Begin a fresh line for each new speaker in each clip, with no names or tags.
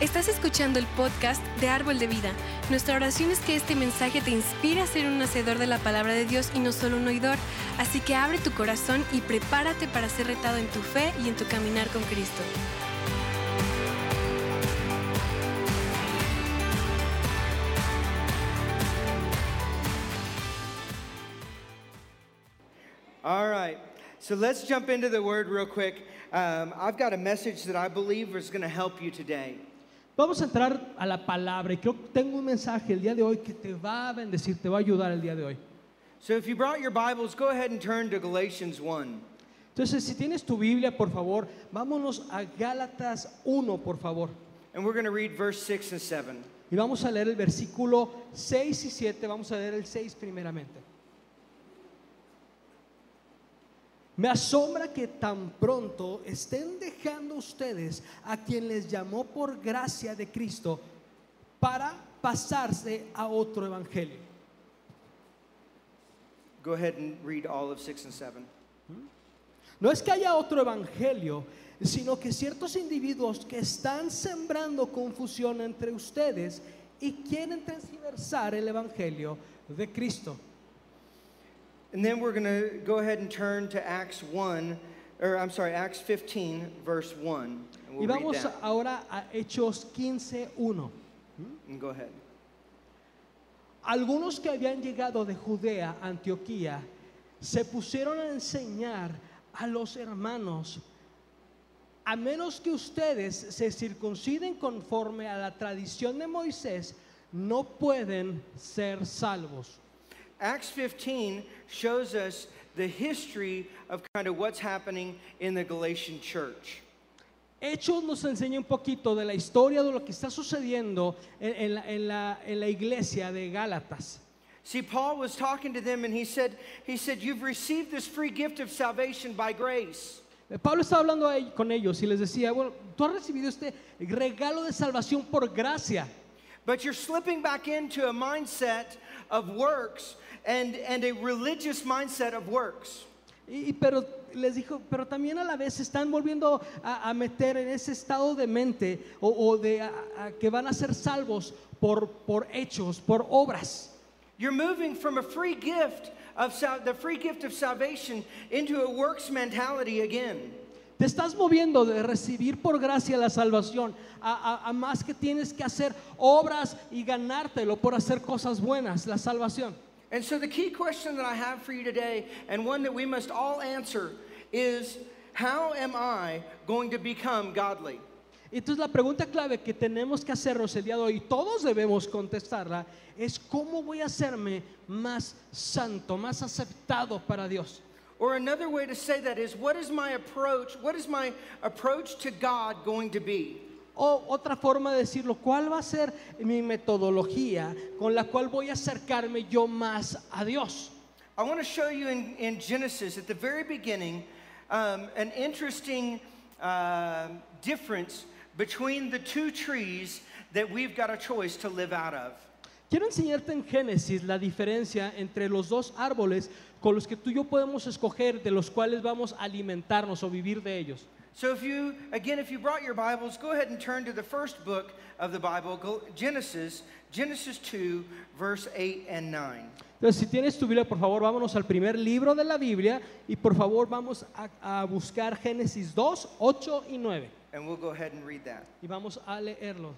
Estás escuchando el podcast de Árbol de Vida. Nuestra oración es que este mensaje te inspire a ser un hacedor de la palabra de Dios y no solo un oidor. Así que abre tu corazón y prepárate para ser retado en tu fe y en tu caminar con Cristo.
All right. So let's jump into the word real quick. Um, I've got a message that I believe is going to help you today.
Vamos a entrar a la palabra y yo tengo un mensaje el día de hoy que te va a bendecir, te va a ayudar el día de hoy.
So if you brought your Bibles, go ahead and turn to Galatians 1.
Entonces, si tienes tu Biblia, por favor, vámonos a Gálatas 1, por favor.
And we're going to read verse 6 and 7.
Y vamos a leer el versículo 6 y 7, vamos a leer el 6 primeramente. Me asombra que tan pronto estén dejando ustedes a quien les llamó por gracia de Cristo para pasarse a otro evangelio.
Go ahead and read all of 6 and 7.
No es que haya otro evangelio, sino que ciertos individuos que están sembrando confusión entre ustedes y quieren transversar el evangelio de Cristo.
And then we're going to go ahead and turn to Acts 1, or I'm sorry, Acts 15, verse 1. And
y
we'll read
vamos
that.
ahora a Hechos 15:1.
And go ahead.
Algunos que habían llegado de Judea, a Antioquía, se pusieron a enseñar a los hermanos, a menos que ustedes se circunciden conforme a la tradición de Moisés, no pueden ser salvos.
Acts 15 shows us the history of kind of what's happening in the Galatian church.
Hechos nos enseña un poquito de la historia de lo que está sucediendo en, en la, en la- en la iglesia de Gálatas.
See, Paul was talking to them and he said, he said, You've received this free gift of salvation by grace.
Eh, Pablo estaba hablando a ell- con ellos y les decía, bueno, tú has recibido este regalo de salvación por gracia,
But you're slipping back into a mindset of works and, and a religious mindset of works.
Y, y pero les dijo, pero también a la vez se están volviendo a, a meter en ese estado de mente o, o de a- a que van a ser salvos por, por hechos, por obras.
You're moving from a free gift of sal- the free gift of salvation into a works mentality again.
Te estás moviendo de recibir por gracia la salvación a, a- a más que tienes que hacer obras y ganártelo por hacer cosas buenas, la salvación.
And so, the key question that I have for you today, and one that we must all answer, is how am I going to become godly?
Entonces la pregunta clave que tenemos que hacernos el día de hoy, y todos debemos contestarla, es cómo voy a hacerme más santo, más aceptado para Dios.
Or another way to say that is, what is my approach? What is my approach to God going to be?
O otra forma de decirlo, ¿cuál va a ser mi metodología con la cual voy a acercarme yo más a Dios?
I want to show you in, in Genesis at the very beginning um, an interesting uh, difference between the two trees that we've got a choice to live out of.
Quiero enseñarte en Génesis la diferencia entre los dos árboles con los que tú y yo podemos escoger, de los cuales vamos a alimentarnos o vivir de ellos.
So, if you, again, if you brought your Bibles, go ahead and turn to the first book of the Bible, Gal- Genesis, Genesis 2, verse 8 and 9.
Entonces, si tienes tu Biblia, por favor, vámonos al primer libro de la Biblia y por favor vamos a, a buscar Génesis 2, 8 y 9.
And we'll go ahead and read that.
Y vamos a leerlo.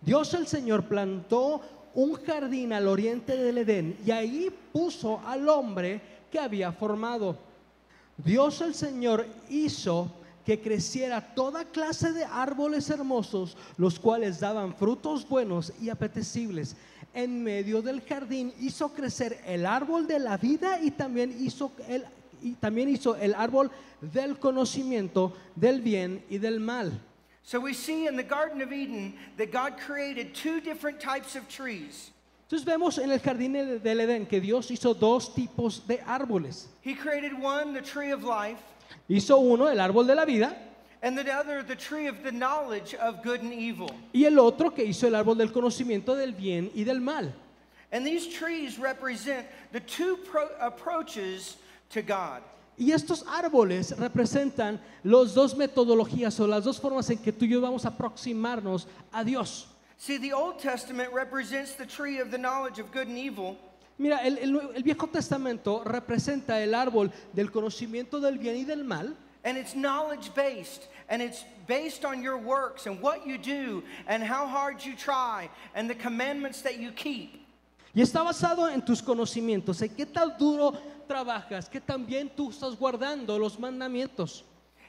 Dios el Señor plantó un jardín al oriente del Edén y ahí puso al hombre que había formado. Dios el Señor hizo que creciera toda clase de árboles hermosos, los cuales daban frutos buenos y apetecibles. En medio del jardín hizo crecer el árbol de la vida y también hizo el, y también hizo el árbol del conocimiento del bien y del mal.
So, we see in the Garden of Eden that God created two different types of trees.
Entonces vemos en el jardín del del Edén que Dios hizo dos tipos de árboles.
He created one, the tree of life,
Hizo uno, el árbol de la vida,
and the other, the tree of the knowledge of good and evil.
y el otro que hizo el árbol del conocimiento del bien y del mal.
And these trees represent the two pro- approaches to God.
Y estos árboles representan las dos metodologías o las dos formas en que tú y yo vamos a aproximarnos a Dios.
See, the Old Testament represents the tree of the knowledge of good and evil,
Mira, el, el Nue- el Viejo Testamento representa el árbol del conocimiento del bien y del mal,
and it's knowledge based, and it's based on your works and what you do and how hard you try and the commandments that you keep.
y está basado en tus conocimientos, en qué tan duro trabajas, que también tú estás guardando los mandamientos.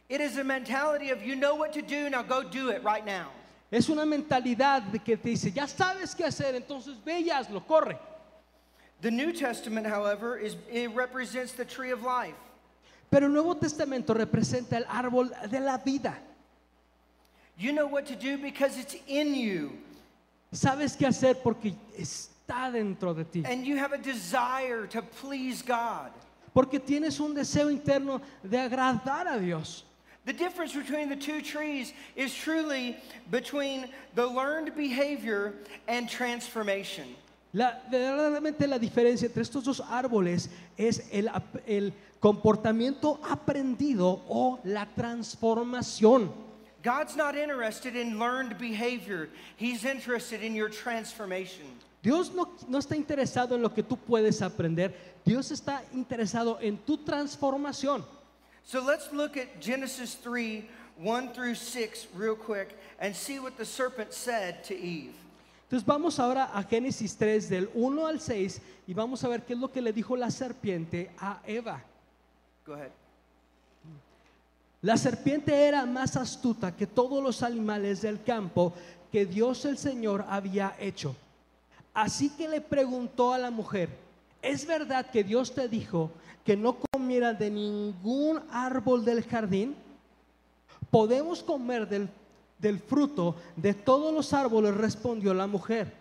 It is a mentality of you know what to do, now go do it right now.
Es una mentalidad de que te dice, ya sabes qué hacer, entonces ve y hazlo, corre.
The New Testament, however, is it represents the tree of life.
Pero el Nuevo Testamento representa el árbol de la vida.
You know what to do because it's in you,
Sabes qué hacer porque está dentro de ti.
and you have a desire to please God.
Porque tienes un deseo interno de agradar a Dios.
The difference between the two trees is truly between the learned behavior and transformation.
La, verdaderamente la diferencia entre estos dos árboles es el, ap- el comportamiento aprendido o la transformación.
God's not interested in learned behavior, He's interested in your transformation.
Dios no, no está interesado en lo que tú puedes aprender, Dios está interesado en tu transformación.
So let's look at Genesis 3 1 through 6 real quick and see what the serpent said to Eve.
Entonces vamos ahora a Génesis 3 del 1 al 6 y vamos a ver qué es lo que le dijo la serpiente a Eva.
Go ahead.
La serpiente era más astuta que todos los animales del campo que Dios el Señor había hecho. Así que le preguntó a la mujer, ¿es verdad que Dios te dijo que no comiera de ningún árbol del jardín? Podemos comer del, del fruto de todos los árboles, respondió la mujer.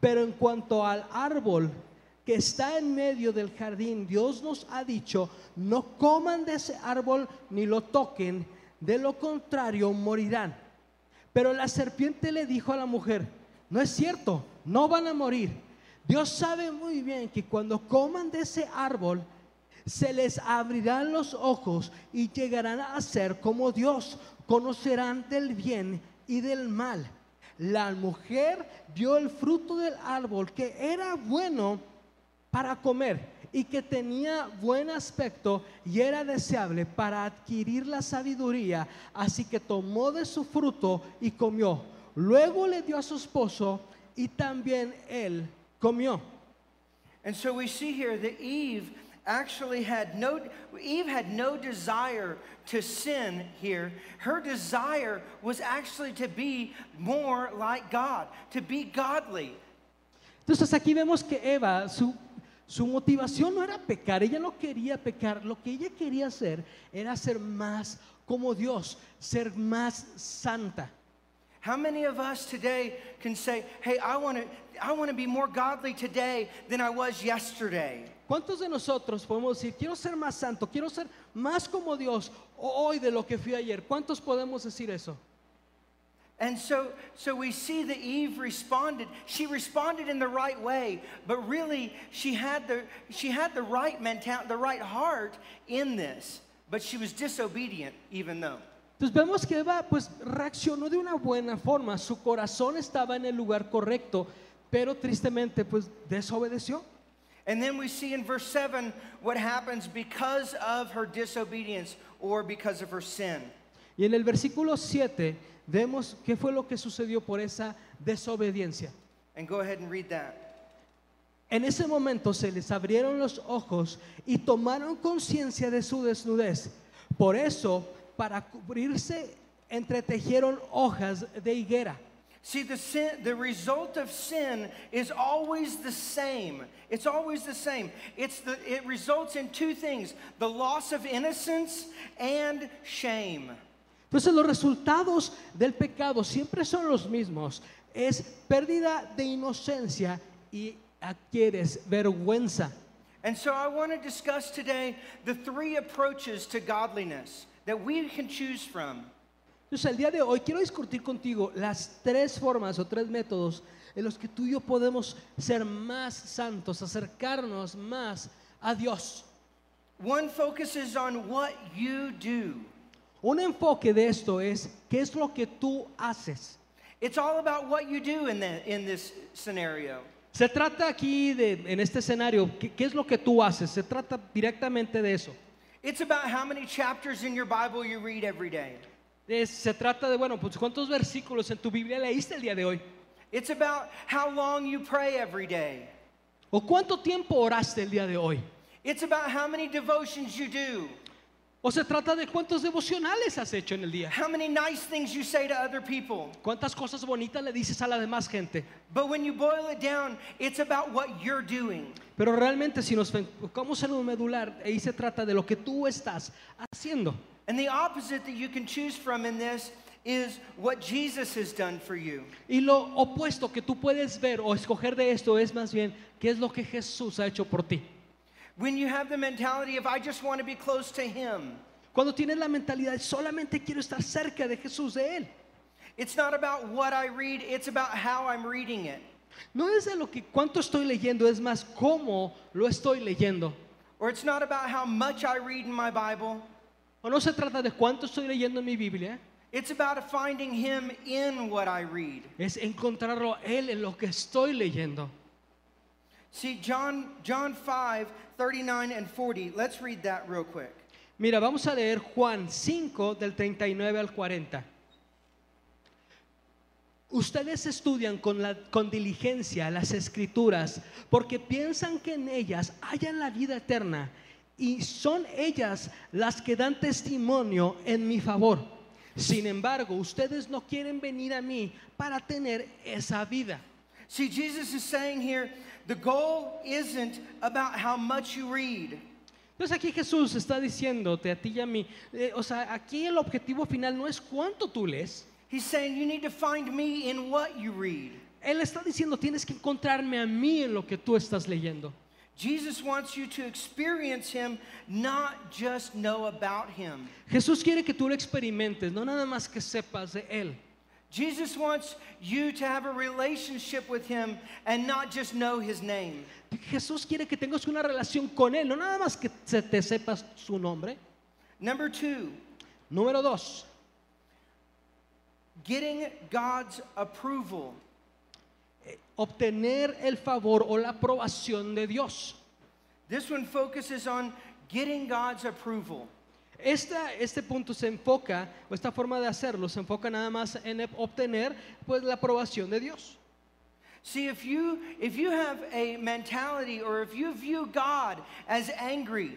Pero en cuanto al árbol que está en medio del jardín, Dios nos ha dicho, no coman de ese árbol ni lo toquen, de lo contrario morirán. Pero la serpiente le dijo a la mujer, no es cierto, no van a morir. Dios sabe muy bien que cuando coman de ese árbol, se les abrirán los ojos y llegarán a ser como Dios, conocerán del bien y del mal. La mujer vio el fruto del árbol que era bueno para comer y que tenía buen aspecto y era deseable para adquirir la sabiduría, así que tomó de su fruto y comió. Luego le dio a su esposo y también él comió.
And so we see here that Eve actually had no Eve had no desire to sin here. Her desire was actually to be more like God, to be godly.
Entonces aquí vemos que Eva, su, su motivación no era pecar, ella no quería pecar, lo que ella quería hacer era ser más como Dios, ser más santa.
How many of us today can say, "Hey, I want to I want to be more godly today than I was yesterday."
¿Cuántos de nosotros podemos decir, quiero ser más santo, quiero ser más como Dios hoy de lo que fui ayer? ¿Cuántos podemos decir eso?
And so so we see that Eve responded. She responded in the right way, but really she had the she had the right mentality, the right heart in this, but she was disobedient even though.
Entonces vemos que Eva pues reaccionó de una buena forma, su corazón estaba en el lugar correcto, pero tristemente pues desobedeció.
And then we see in verse 7 what happens because of her disobedience or because of her sin.
Y en el versículo 7 vemos qué fue lo que sucedió por esa desobediencia.
And go ahead and read that.
En ese momento se les abrieron los ojos y tomaron conciencia de su desnudez. Por eso, para cubrirse, entretejieron hojas de higuera.
See, the, sin, the result of sin is always the same. It's always the same. It's the, it results in two things the loss of innocence and shame.
Entonces los resultados del pecado siempre son los mismos. Es pérdida de inocencia y adquieres vergüenza.
And so I want to discuss today the three approaches to godliness that we can choose from.
Entonces el día de hoy quiero discutir contigo las tres formas o tres métodos en los que tú y yo podemos ser más santos, acercarnos más a Dios.
One focuses on what you do.
Un enfoque de esto es qué es lo que tú haces.
It's all about what you do in, the, in this scenario.
Se trata aquí de, en este escenario, ¿qué, qué es lo que tú haces? Se trata directamente de eso.
It's about how many chapters in your Bible you read every day.
Es- se trata de, bueno, pues cuántos versículos en tu Biblia leíste el día de hoy.
It's about how long you pray every day.
O cuánto tiempo oraste el día de hoy.
It's about how many devotions you do,
O se trata de cuántos devocionales has hecho en el día.
how many nice things you say to other people.
Cuántas cosas bonitas le dices a la demás gente.
But when you boil it down, it's about what you're doing.
Pero realmente si nos enfocamos en lo medular, ahí se trata de lo que tú estás haciendo.
And the opposite that you can choose from in this is what Jesus has done for you.
Y lo opuesto que tú puedes ver o escoger de esto es más bien qué es lo que Jesús ha hecho por ti.
When you have the mentality of, I just want to be close to Him,
Cuando tienes la mentalidad, solamente quiero estar cerca de Jesús, de Él.
it's not about what I read, it's about how I'm reading it.
No es de lo que cuánto estoy leyendo, es más cómo lo estoy leyendo.
Or it's not about how much I read in my Bible,
O no se trata de cuánto estoy leyendo en mi Biblia,
it's about finding Him in what I read.
es encontrarlo a Él en lo que estoy leyendo.
See, John, John 5, 39 and 40. Let's read that real quick.
Mira, vamos a leer Juan 5 del 39 al 40. Ustedes estudian con, la- con diligencia las escrituras porque piensan que en ellas hallan la vida eterna y son ellas las que dan testimonio en mi favor. Sin embargo, ustedes no quieren venir a mí para tener esa vida.
See, Jesus is saying here the goal isn't about how much you read,
Entonces aquí Jesús está diciéndote a ti y a mí, eh, o sea, aquí el objetivo final no es cuánto tú lees,
He's saying you need to find me in what you read.
Él está diciendo, tienes que encontrarme a mí en lo que tú estás leyendo.
Jesus wants you to experience Him, not just know about Him.
Jesús quiere que tú lo experimentes, no nada más que sepas de Él.
Jesus wants you to have a relationship with Him and not just know His name.
Jesús quiere que tengas una relación con Él, no nada más que se te sepas su nombre.
Number two,
Número dos,
getting God's approval.
obtener el favor o la aprobación de Dios.
This one focuses on getting God's approval.
Esta- este punto se enfoca, o esta forma de hacerlo, se enfoca nada más en obtener pues, la aprobación de Dios.
See, if you if you have a mentality or if you view God as angry,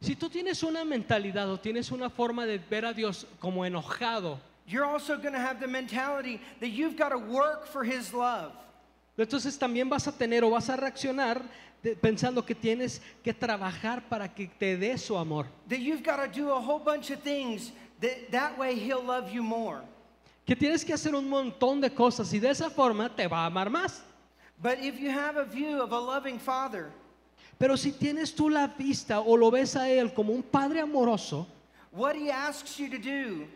Si tú tienes una mentalidad o tienes una forma de ver a Dios como enojado,
you're also going to have the mentality that you've got to work for his love.
Entonces también vas a tener o vas a reaccionar de- pensando que tienes que trabajar para que te dé su amor.
That you've got to do a whole bunch of things that that way he'll love you more.
Que tienes que hacer un montón de cosas y de esa forma te va a amar más.
But if you have a view of a loving father,
Pero si tienes tú la vista o lo ves a Él como un padre amoroso
what he asks you to do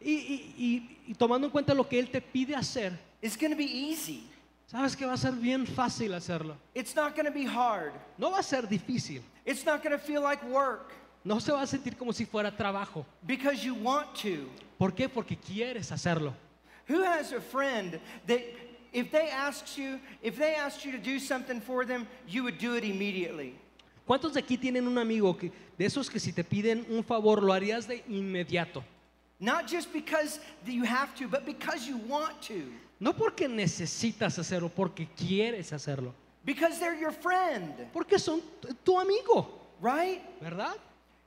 y, y- y- y tomando en cuenta lo que Él te pide hacer,
is going to be easy.
sabes que va a ser bien fácil hacerlo.
It's not going to be hard.
No va a ser difícil.
It's not going to feel like work
No se va a sentir como si fuera trabajo.
because you want to.
¿Por qué? Porque quieres hacerlo.
Who has a friend that if they asked you, if they asked you to do something for them, you would do it immediately?
¿Cuántos de aquí tienen un amigo que, de esos que si te piden un favor lo harías de inmediato?
Not just because that you have to, but because you want to.
No porque necesitas hacerlo, porque quieres hacerlo.
Because they're your friend,
Porque son tu- tu amigo,
right?
¿verdad?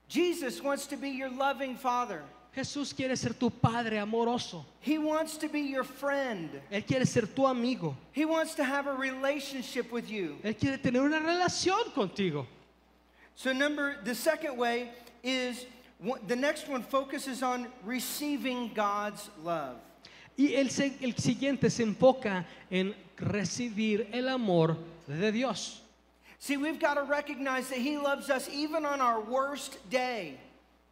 Jesus wants to be your loving father.
Jesús quiere ser tu padre amoroso.
He wants to be your friend.
Él quiere ser tu amigo.
He wants to have a relationship with you.
Él quiere tener una relación contigo.
So number the second way is one- the next one focuses on receiving God's love.
Y el, se- el siguiente se enfoca en recibir el amor de Dios.
See, we've got to recognize that He loves us even on our worst day.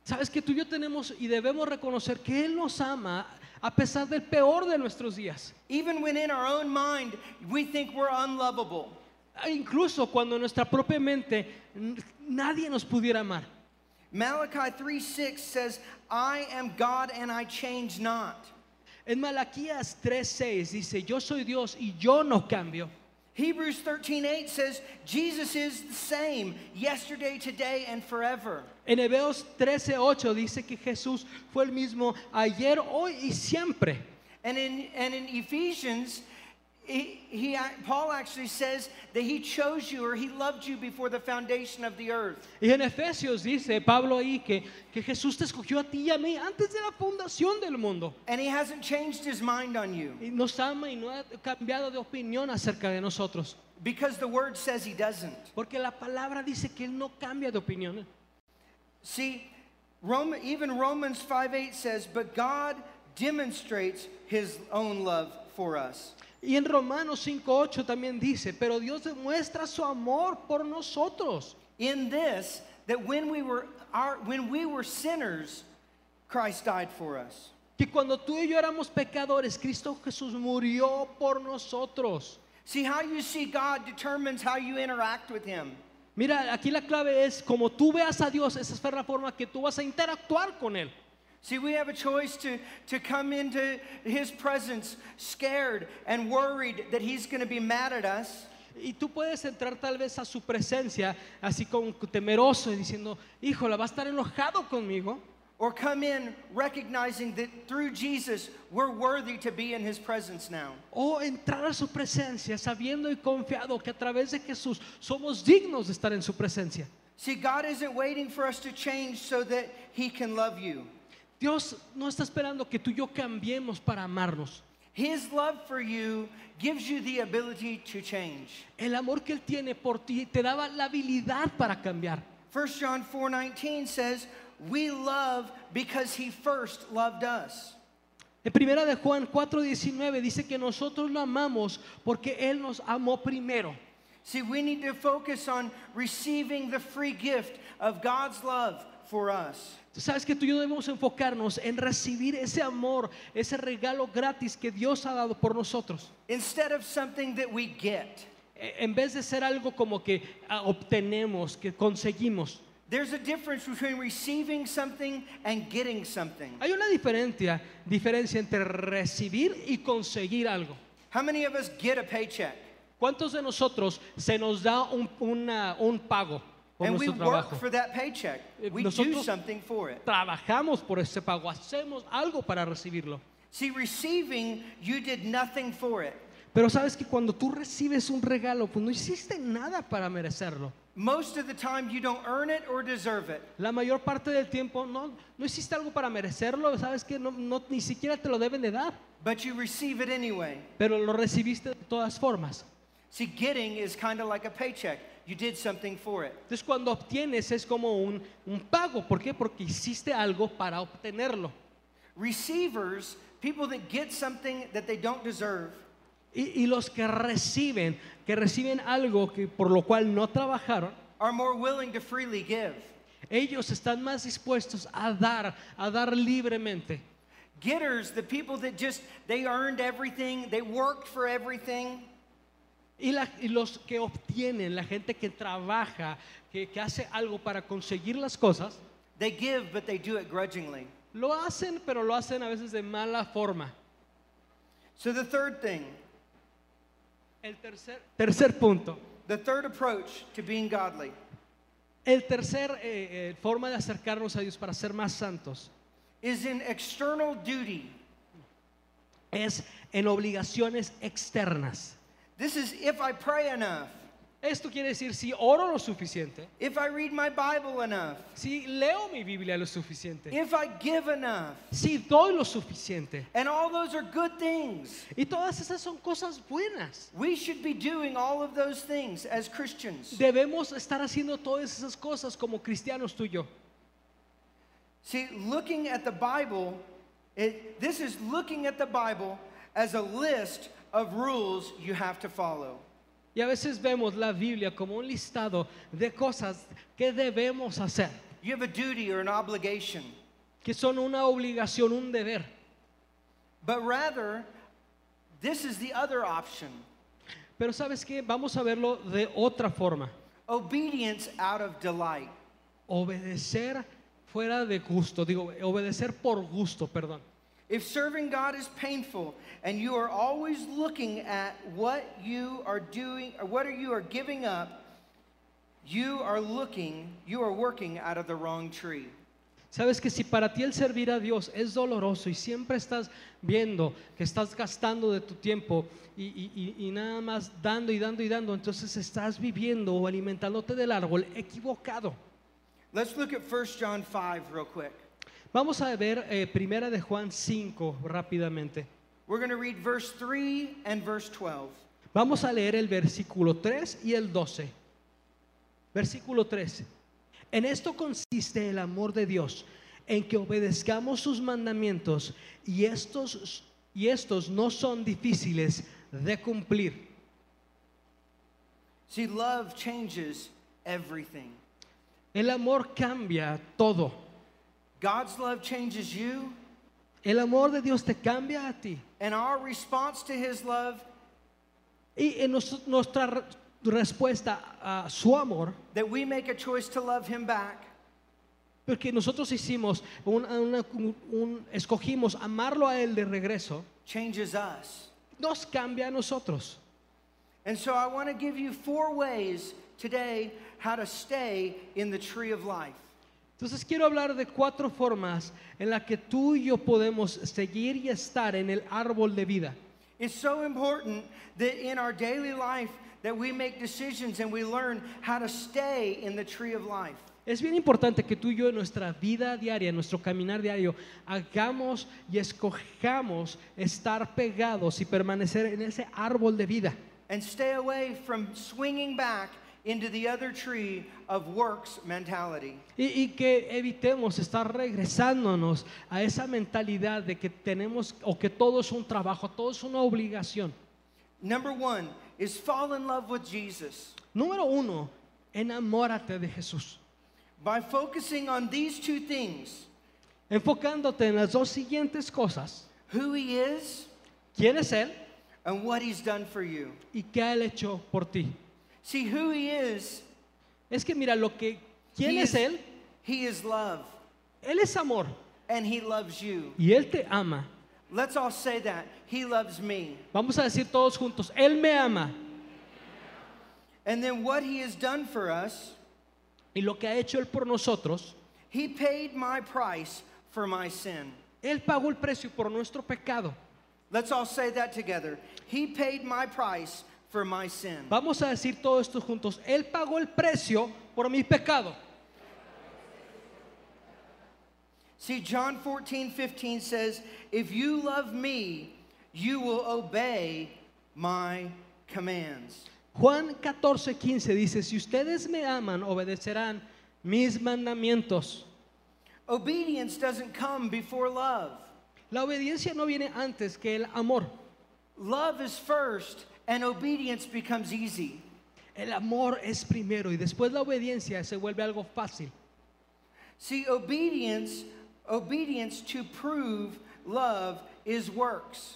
Sabes que tú y yo tenemos y debemos reconocer que Él nos ama a pesar del peor de nuestros días.
Even when in our own mind we think we're unlovable.
Incluso cuando en nuestra propia mente n- nadie nos pudiera amar.
Malachi 3 6 says, I am God and I change not.
En Malaquías 3:6 dice, yo soy Dios y yo no cambio.
Hebrews 13 8 says, Jesus is the same yesterday, today, and forever.
En Hebreos 13:8 dice que Jesús fue el mismo ayer, hoy y siempre.
And in, and in Ephesians, he, he, ac- Paul actually says that he chose you or he loved you before the foundation of the earth.
Y en Efesios dice Pablo ahí que, que Jesús te escogió a ti y a mí antes de la fundación del mundo.
And he hasn't changed his mind on you
Y nos ama y no ha cambiado de opinión acerca de nosotros.
because the word says he doesn't.
Porque la palabra dice que Él no cambia de opinión.
See, Rome, even Romans 5 8 says, But God demonstrates his own love for us.
Y en Romanos 5.8 también dice, pero Dios demuestra su amor por nosotros.
In this, that when we were, our, when we were sinners, Christ died for us.
Que cuando tú y yo éramos pecadores, Cristo Jesús murió por nosotros.
See, how you see God determines how you interact with him.
Mira, aquí la clave es, como tú veas a Dios, esa es la forma que tú vas a interactuar con Él.
See, we have a choice to, to come into his presence scared and worried that he's going to be mad at us,
Y tú puedes entrar tal vez a su presencia, así como temeroso y diciendo, híjola, va a estar enojado conmigo.
or come in recognizing that through Jesus, we're worthy to be in his presence now.
O entrar a su presencia sabiendo y confiado que a través de Jesús somos dignos de estar en su presencia.
See, God isn't waiting for us to change so that He can love you.
Dios no está esperando que tú y yo cambiemos para amarnos.
His love for you gives you the ability to change.
El amor que Él tiene por ti te daba la habilidad para cambiar.
1 John 4:19 says, "We love because he first loved us."
En primera de Juan 4:19 dice que nosotros lo amamos porque Él nos amó primero.
See, we need to focus on receiving the free gift of God's love for us.
Tú sabes que tú y yo debemos enfocarnos en recibir ese amor, ese regalo gratis que Dios ha dado por nosotros.
Instead of something that we get.
E- En vez de ser algo como que ah, obtenemos, que conseguimos.
There's a difference between receiving something and getting something.
Hay una diferencia, diferencia entre recibir y conseguir algo.
How many of us get a paycheck?
¿Cuántos de nosotros se nos da un, una- un pago por
And we
nuestro
work
trabajo?
for that paycheck.
Eh,
We do
nosotros-
something for it.
Trabajamos por ese pago, hacemos algo para recibirlo.
See, receiving, you did nothing for it.
Pero sabes que cuando tú recibes un regalo, pues no hiciste nada para merecerlo.
Most of the time, you don't earn it or deserve it.
La mayor parte del tiempo no, no hiciste algo para merecerlo, sabes que no, no- ni siquiera te lo deben de dar,
But you receive it anyway.
pero lo recibiste de todas formas.
See, getting is kind of like a paycheck. You did something for it.
Entonces cuando obtienes es como un, un pago, ¿por qué? Porque hiciste algo para obtenerlo.
Receivers, people that get something that they don't deserve,
Y, y los que reciben, que reciben algo que, por lo cual no trabajaron,
are more willing to freely give.
ellos están más dispuestos a dar, a dar libremente.
Getters, the people that just, they earned everything, they worked for everything,
Y, la- y los que obtienen, la gente que trabaja, que, que hace algo para conseguir las cosas,
they give, but they do it grudgingly.
lo hacen, pero lo hacen a veces de mala forma.
So the third thing,
El tercer, tercer punto,
The third approach to being godly
el tercer eh, eh, forma de acercarnos a Dios para ser más santos
is in external duty.
es en obligaciones externas.
This is if I pray enough,
Esto quiere decir si oro lo suficiente,
if I read my Bible enough,
si leo mi Biblia lo suficiente,
if I give enough.
si doy lo suficiente.
And all those are good things.
Y todas esas son cosas buenas.
We should be doing all of those things as Christians.
Debemos estar haciendo todas esas cosas como cristianos tú y yo.
See, looking at the Bible, it, this is looking at the Bible as a list of rules you have to follow.
Y a veces vemos la Biblia como un listado de cosas que debemos hacer,
You have a duty or an obligation,
que son una obligación, un deber.
but rather, this is the other option
Pero sabes qué, vamos a verlo de otra forma.
obedience out of delight.
Obedecer fuera de gusto, digo, obedecer por gusto, perdón.
If serving God is painful and you are always looking at what you are doing or what you are giving up, you are looking, you are working out of the wrong tree.
Sabes que si para ti el servir a Dios es doloroso y siempre estás viendo que estás gastando de tu tiempo y, y- y- y nada más dando y dando y dando, entonces estás viviendo o alimentándote del árbol equivocado.
Let's look at 1 John 5 real quick.
Vamos a ver eh, Primera de Juan 5 rápidamente.
We're going to read verse 3 and verse 12.
Vamos a leer el versículo 3 y el 12. Versículo 3. En esto consiste el amor de Dios, en que obedezcamos sus mandamientos y estos, y estos no son difíciles de cumplir.
See, love changes everything.
El amor cambia todo.
God's love changes you,
El amor de Dios te cambia a ti.
and our response to his love
Y en nos- nuestra re- respuesta a su amor,
that we make a choice to love him back
porque nosotros hicimos, un- una- un- un- escogimos amarlo a Él de regreso,
changes us.
nos cambia a nosotros.
And so I want to give you four ways today how to stay in the tree of life.
Entonces quiero hablar de cuatro formas en las que tú y yo podemos seguir y estar en el árbol de vida.
It's so important that in our daily life that we make decisions and we learn how to stay in the tree of life.
Es bien importante que tú y yo en nuestra vida diaria, en nuestro caminar diario, hagamos y escojamos estar pegados y permanecer en ese árbol de vida.
and stay away from swinging back into the other tree of works mentality.
Y, y que evitemos estar regresándonos a esa mentalidad de que tenemos o que todo es un trabajo, todo es una obligación.
Number one is fall in love with Jesus.
Número uno, enamórate de Jesús.
By focusing on these two things
Enfocándote en las dos siguientes cosas.
who he is
¿Quién es Él
and what he's done for you.
y qué ha Él hecho por ti?
See, who he is,
Es que mira, lo que... ¿Quién
he
es
is-
Él?
He is love
Él es amor
and he loves you.
y Él te ama.
Let's all say that. He loves me.
Vamos a decir todos juntos, Él me ama.
And then what he has done for us,
Y lo que ha hecho Él por nosotros,
he paid my price for my sin.
Él pagó el precio por nuestro pecado.
Let's all say that together. He paid my price for my sin.
Vamos a decir todo esto juntos, Él pagó el precio por mi pecado.
See, John 14, 15 says, If you love me, you will obey my commands.
Juan 14, 15 dice, si ustedes me aman, obedecerán mis mandamientos.
Obedience doesn't come before love.
La obediencia no viene antes que el amor.
Love is first, and obedience becomes easy.
El amor es primero y después la obediencia se vuelve algo fácil.
See, obedience, obedience to prove love is works.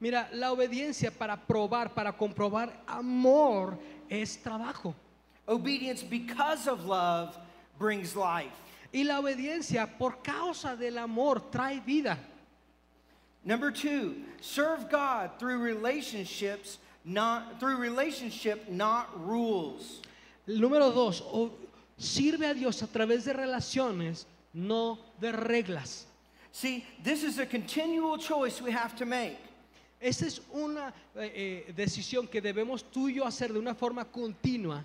Mira, la obediencia para probar, para comprobar amor es trabajo.
Obedience because of love brings life.
Y la obediencia por causa del amor trae vida.
Number two, serve God through relationships, not through relationship, not rules.
El número dos, o- sirve a Dios a través de relaciones, no de reglas.
See, this is a continual choice we have to make.
Esa es una eh, eh, decisión que debemos tú y yo hacer de una forma continua.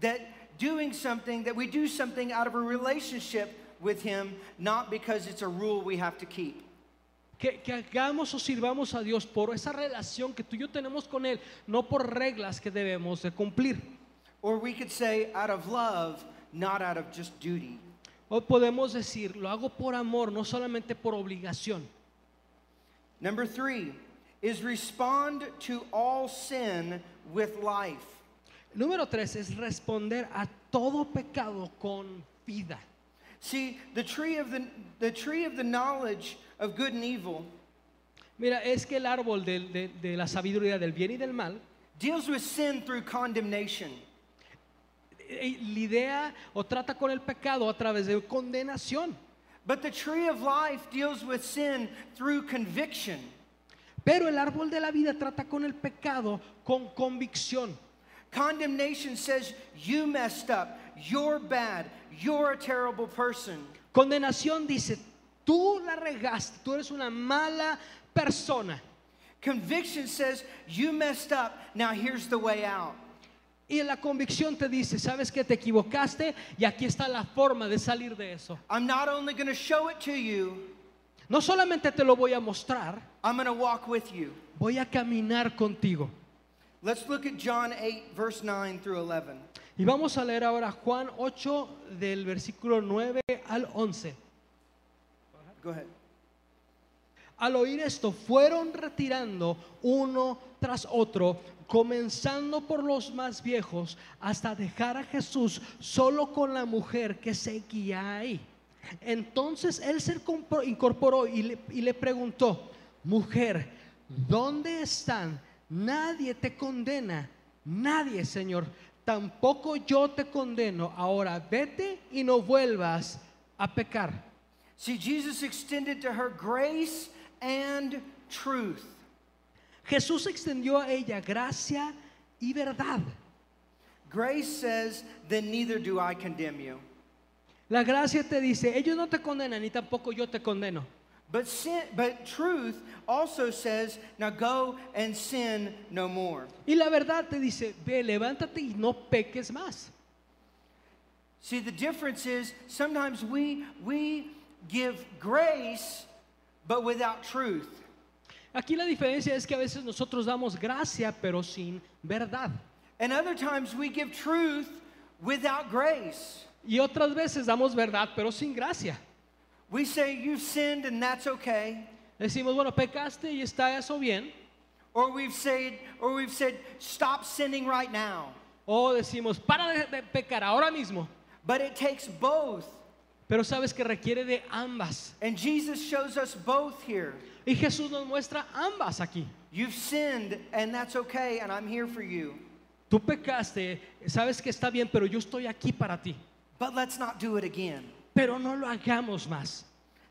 That doing something, that we do something out of a relationship with Him, not because it's a rule we have to keep.
Que, que hagamos o sirvamos a Dios por esa relación que tú y yo tenemos con Él, no por reglas que debemos de cumplir.
Or we could say out of love, not out of just duty.
O podemos decir, lo hago por amor, no solamente por obligación.
Number three is respond to all sin with life.
Número tres es responder a todo pecado con vida.
See, the tree of the, the tree of the knowledge of good and evil
Mira, es que el árbol del- de, de la sabiduría del bien y del mal
deals with sin through condemnation.
eh, eh, lidia o trata con el pecado a través de condenación.
But the tree of life deals with sin through conviction.
Pero el árbol de la vida trata con el pecado con convicción.
Condemnation says, You messed up, you're bad, you're a terrible person.
Condenación dice, tú la regaste, tú eres una mala persona.
Conviction says, You messed up, now here's the way out.
Y la convicción te dice, sabes que te equivocaste y aquí está la forma de salir de eso.
I'm not only going to show it to you,
No solamente te lo voy a mostrar,
I'm going to walk with you.
voy a caminar contigo.
Let's look at John 8, verse 9 through 11.
Y vamos a leer ahora Juan 8 del versículo 9 al 11.
Go ahead.
Al oír esto, fueron retirando uno tras otro, comenzando por los más viejos, hasta dejar a Jesús solo con la mujer que seguía ahí. Entonces él se incorpor- incorporó y le, y le preguntó, mujer, ¿dónde están? Nadie te condena, nadie, Señor. Tampoco yo te condeno. Ahora vete y no vuelvas a pecar.
See, Jesus extended to her grace and truth.
Jesús extendió a ella gracia y verdad.
Grace says, Then neither do I condemn you.
La gracia te dice, ellos no te condenan ni tampoco yo te condeno.
But, sin, but truth also says, Now go and sin no more.
Y la verdad te dice, ve, levántate y no peques más.
See, the difference is sometimes we, we give grace, but without truth.
Aquí la diferencia es que a veces nosotros damos gracia pero sin verdad.
And other times we give truth without grace.
Y otras veces damos verdad pero sin gracia.
We say, You've sinned and that's okay.
Decimos, bueno, pecaste y está eso bien.
Or we've said, or we've said, stop sinning right now.
O decimos, para de, de pecar ahora mismo.
But it takes both.
Pero sabes que requiere de ambas.
And Jesus shows us both here.
Y Jesús nos muestra ambas aquí.
You've sinned, and that's okay, and I'm here for you.
Tú pecaste, sabes que está bien, pero yo estoy aquí para ti.
But let's not do it again.
Pero no lo hagamos más.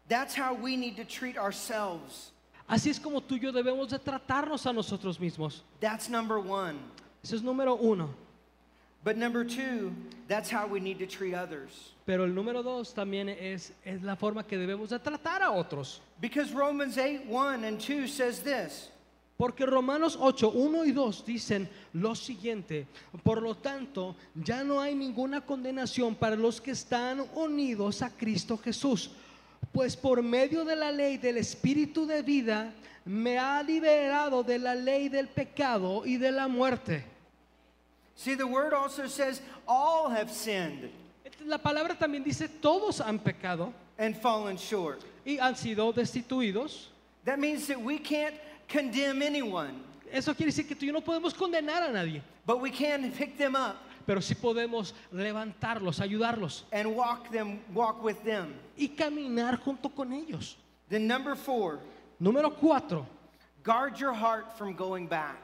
That's how we need to treat ourselves.
Así es como tú y yo debemos de tratarnos a nosotros mismos.
That's number one.
Ese es número uno.
But number two, that's how we need to treat others.
Pero el número dos también es, es la forma que debemos de tratar a otros.
Because Romans 8 1 and 2 says this.
Porque Romanos 8, 1 y 2 dicen lo siguiente, por lo tanto ya no hay ninguna condenación para los que están unidos a Cristo Jesús, pues por medio de la ley del Espíritu de vida me ha liberado de la ley del pecado y de la muerte.
See, the word also says, all have sinned
La palabra también dice todos han pecado
and fallen short.
y han sido destituidos.
That means that we can't condemn anyone,
Eso quiere decir que tú y yo no podemos condenar a nadie,
but we can pick them up
pero sí podemos levantarlos, ayudarlos.
and walk them walk with them.
y caminar junto con ellos.
Then number 4,
Número cuatro,
guard your heart from going back.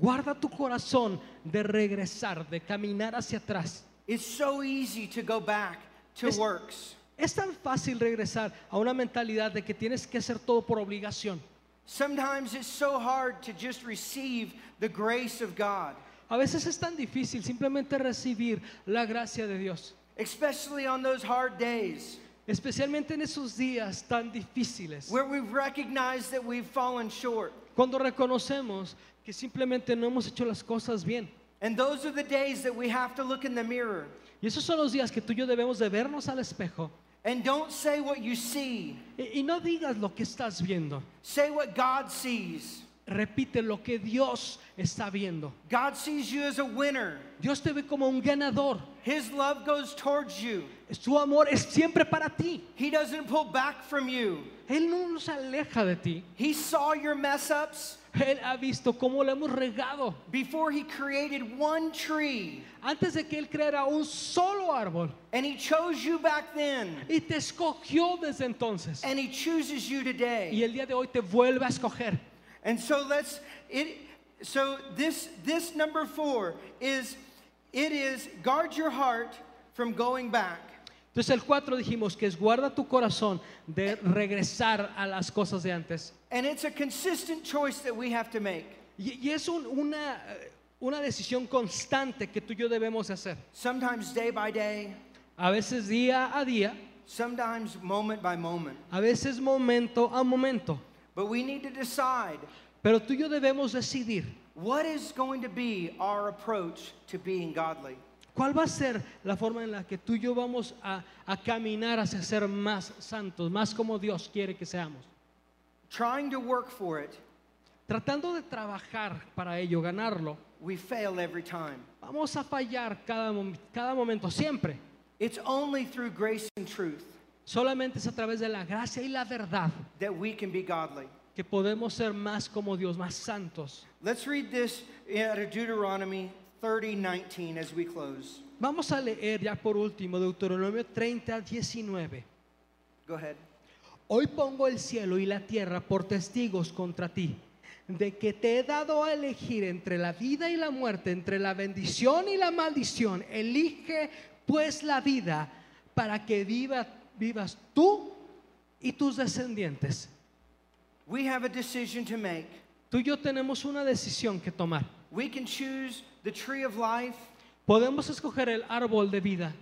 guarda tu corazón de regresar, de caminar hacia atrás.
It's so easy to go back to
Es-
works.
Es tan fácil regresar a una mentalidad de que tienes que hacer todo por obligación.
Sometimes it's so hard to just receive the grace of God,
A veces es tan difícil simplemente recibir la gracia de Dios,
especially on those hard days
especialmente en esos días tan difíciles,
where we've recognized that we've fallen short.
cuando reconocemos que simplemente no hemos hecho las cosas bien.
And those are the days that we have to look in the mirror
Y esos son los días que tú y yo debemos de vernos al espejo
and don't say what you see.
y- y no digas lo que estás viendo.
Say what God sees.
Repite lo que Dios está viendo.
God sees you as a winner.
Dios te ve como un ganador.
His love goes towards you.
Su amor es siempre para ti.
He doesn't pull back from you.
Él no nos aleja de ti.
He saw your mess ups
Él ha visto cómo lo hemos regado.
before he created one tree,
Antes de que Él creara un solo árbol.
and he chose you back then,
Y te escogió desde entonces.
and he chooses you
Y
today.
el día de hoy te vuelve a escoger.
And so let's it so this this number 4 is it is guard your heart from going back.
Entonces el 4 dijimos que es guarda tu corazón de regresar a las cosas de antes.
And it's a consistent choice that we have to make.
Y, y es un- una, eh, una decisión constante que tú y yo debemos hacer.
Sometimes day by day,
A veces día a día,
sometimes moment by moment.
a veces momento a momento.
But we need to decide
Pero tú y yo debemos decidir
what is going to be our approach to being godly.
cuál va a ser la forma en la que tú y yo vamos a, a caminar hacia ser más santos, más como Dios quiere que seamos.
Trying to work for it,
Tratando de trabajar para ello, ganarlo,
we fail every time.
vamos a fallar cada, mom- cada momento, siempre.
It's only through grace and truth
Solamente es a través de la gracia y la verdad
that we can be godly.
que podemos ser más como Dios, más santos.
Let's read this out of Deuteronomy 30 19 as we close.
Vamos a leer ya por último Deuteronomio 30, 19.
Go ahead.
Hoy pongo el cielo y la tierra por testigos contra ti, de que te he dado a elegir entre la vida y la muerte, entre la bendición y la maldición. Elige pues la vida para que viva- vivas tú y tus descendientes.
We have a decision to make.
Tú y yo tenemos una decisión que tomar.
We can choose the tree of life
Podemos escoger el árbol de vida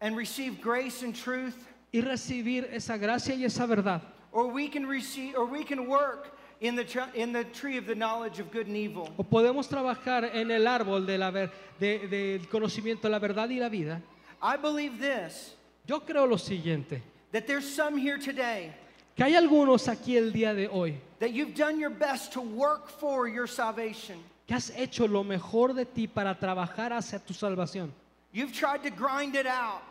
and receive grace and truth,
y recibir esa gracia y esa verdad.
or we can receive, or we can work in the, tr- in the tree of the knowledge of good and evil.
O podemos trabajar en el árbol de la ver- de- del conocimiento, la verdad y la vida.
I believe this
Yo creo lo siguiente,
that there's some here today
que hay algunos aquí el día de hoy
that you've done your best to work for your salvation.
que has hecho lo mejor de ti para trabajar hacia tu salvación.
You've tried to grind it out,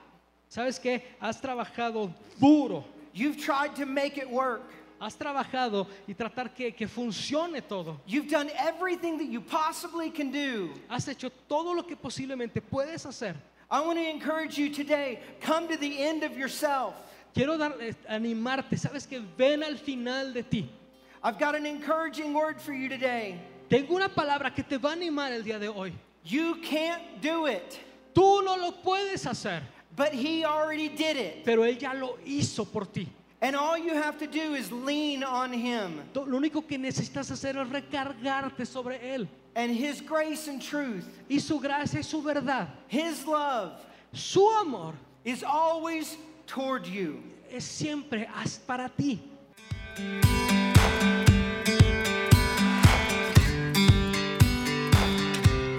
¿Sabes qué? Has trabajado duro,
you've tried to make it work.
has trabajado y tratar que, que funcione todo.
You've done everything that you possibly can do.
Has hecho todo lo que posiblemente puedes hacer.
I want to encourage you today come to the end of yourself.
Quiero dar- eh, animarte, sabes que ven al final de ti.
I've got an encouraging word for you today.
Tengo una palabra que te va a animar el día de hoy.
You can't do it,
Tú no lo puedes hacer,
but He already did it.
pero Él ya lo hizo por ti.
And all you have to do is lean on Him
To- Lo único que necesitas hacer es recargarte sobre Él.
and His grace and truth.
Y su gracia y su verdad,
His love
su amor
is always toward you.
es siempre haz para ti.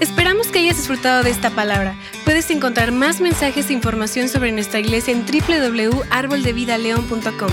Esperamos que hayas disfrutado de esta palabra. Puedes encontrar más mensajes e información sobre nuestra iglesia en www.arboldevidaleon.com.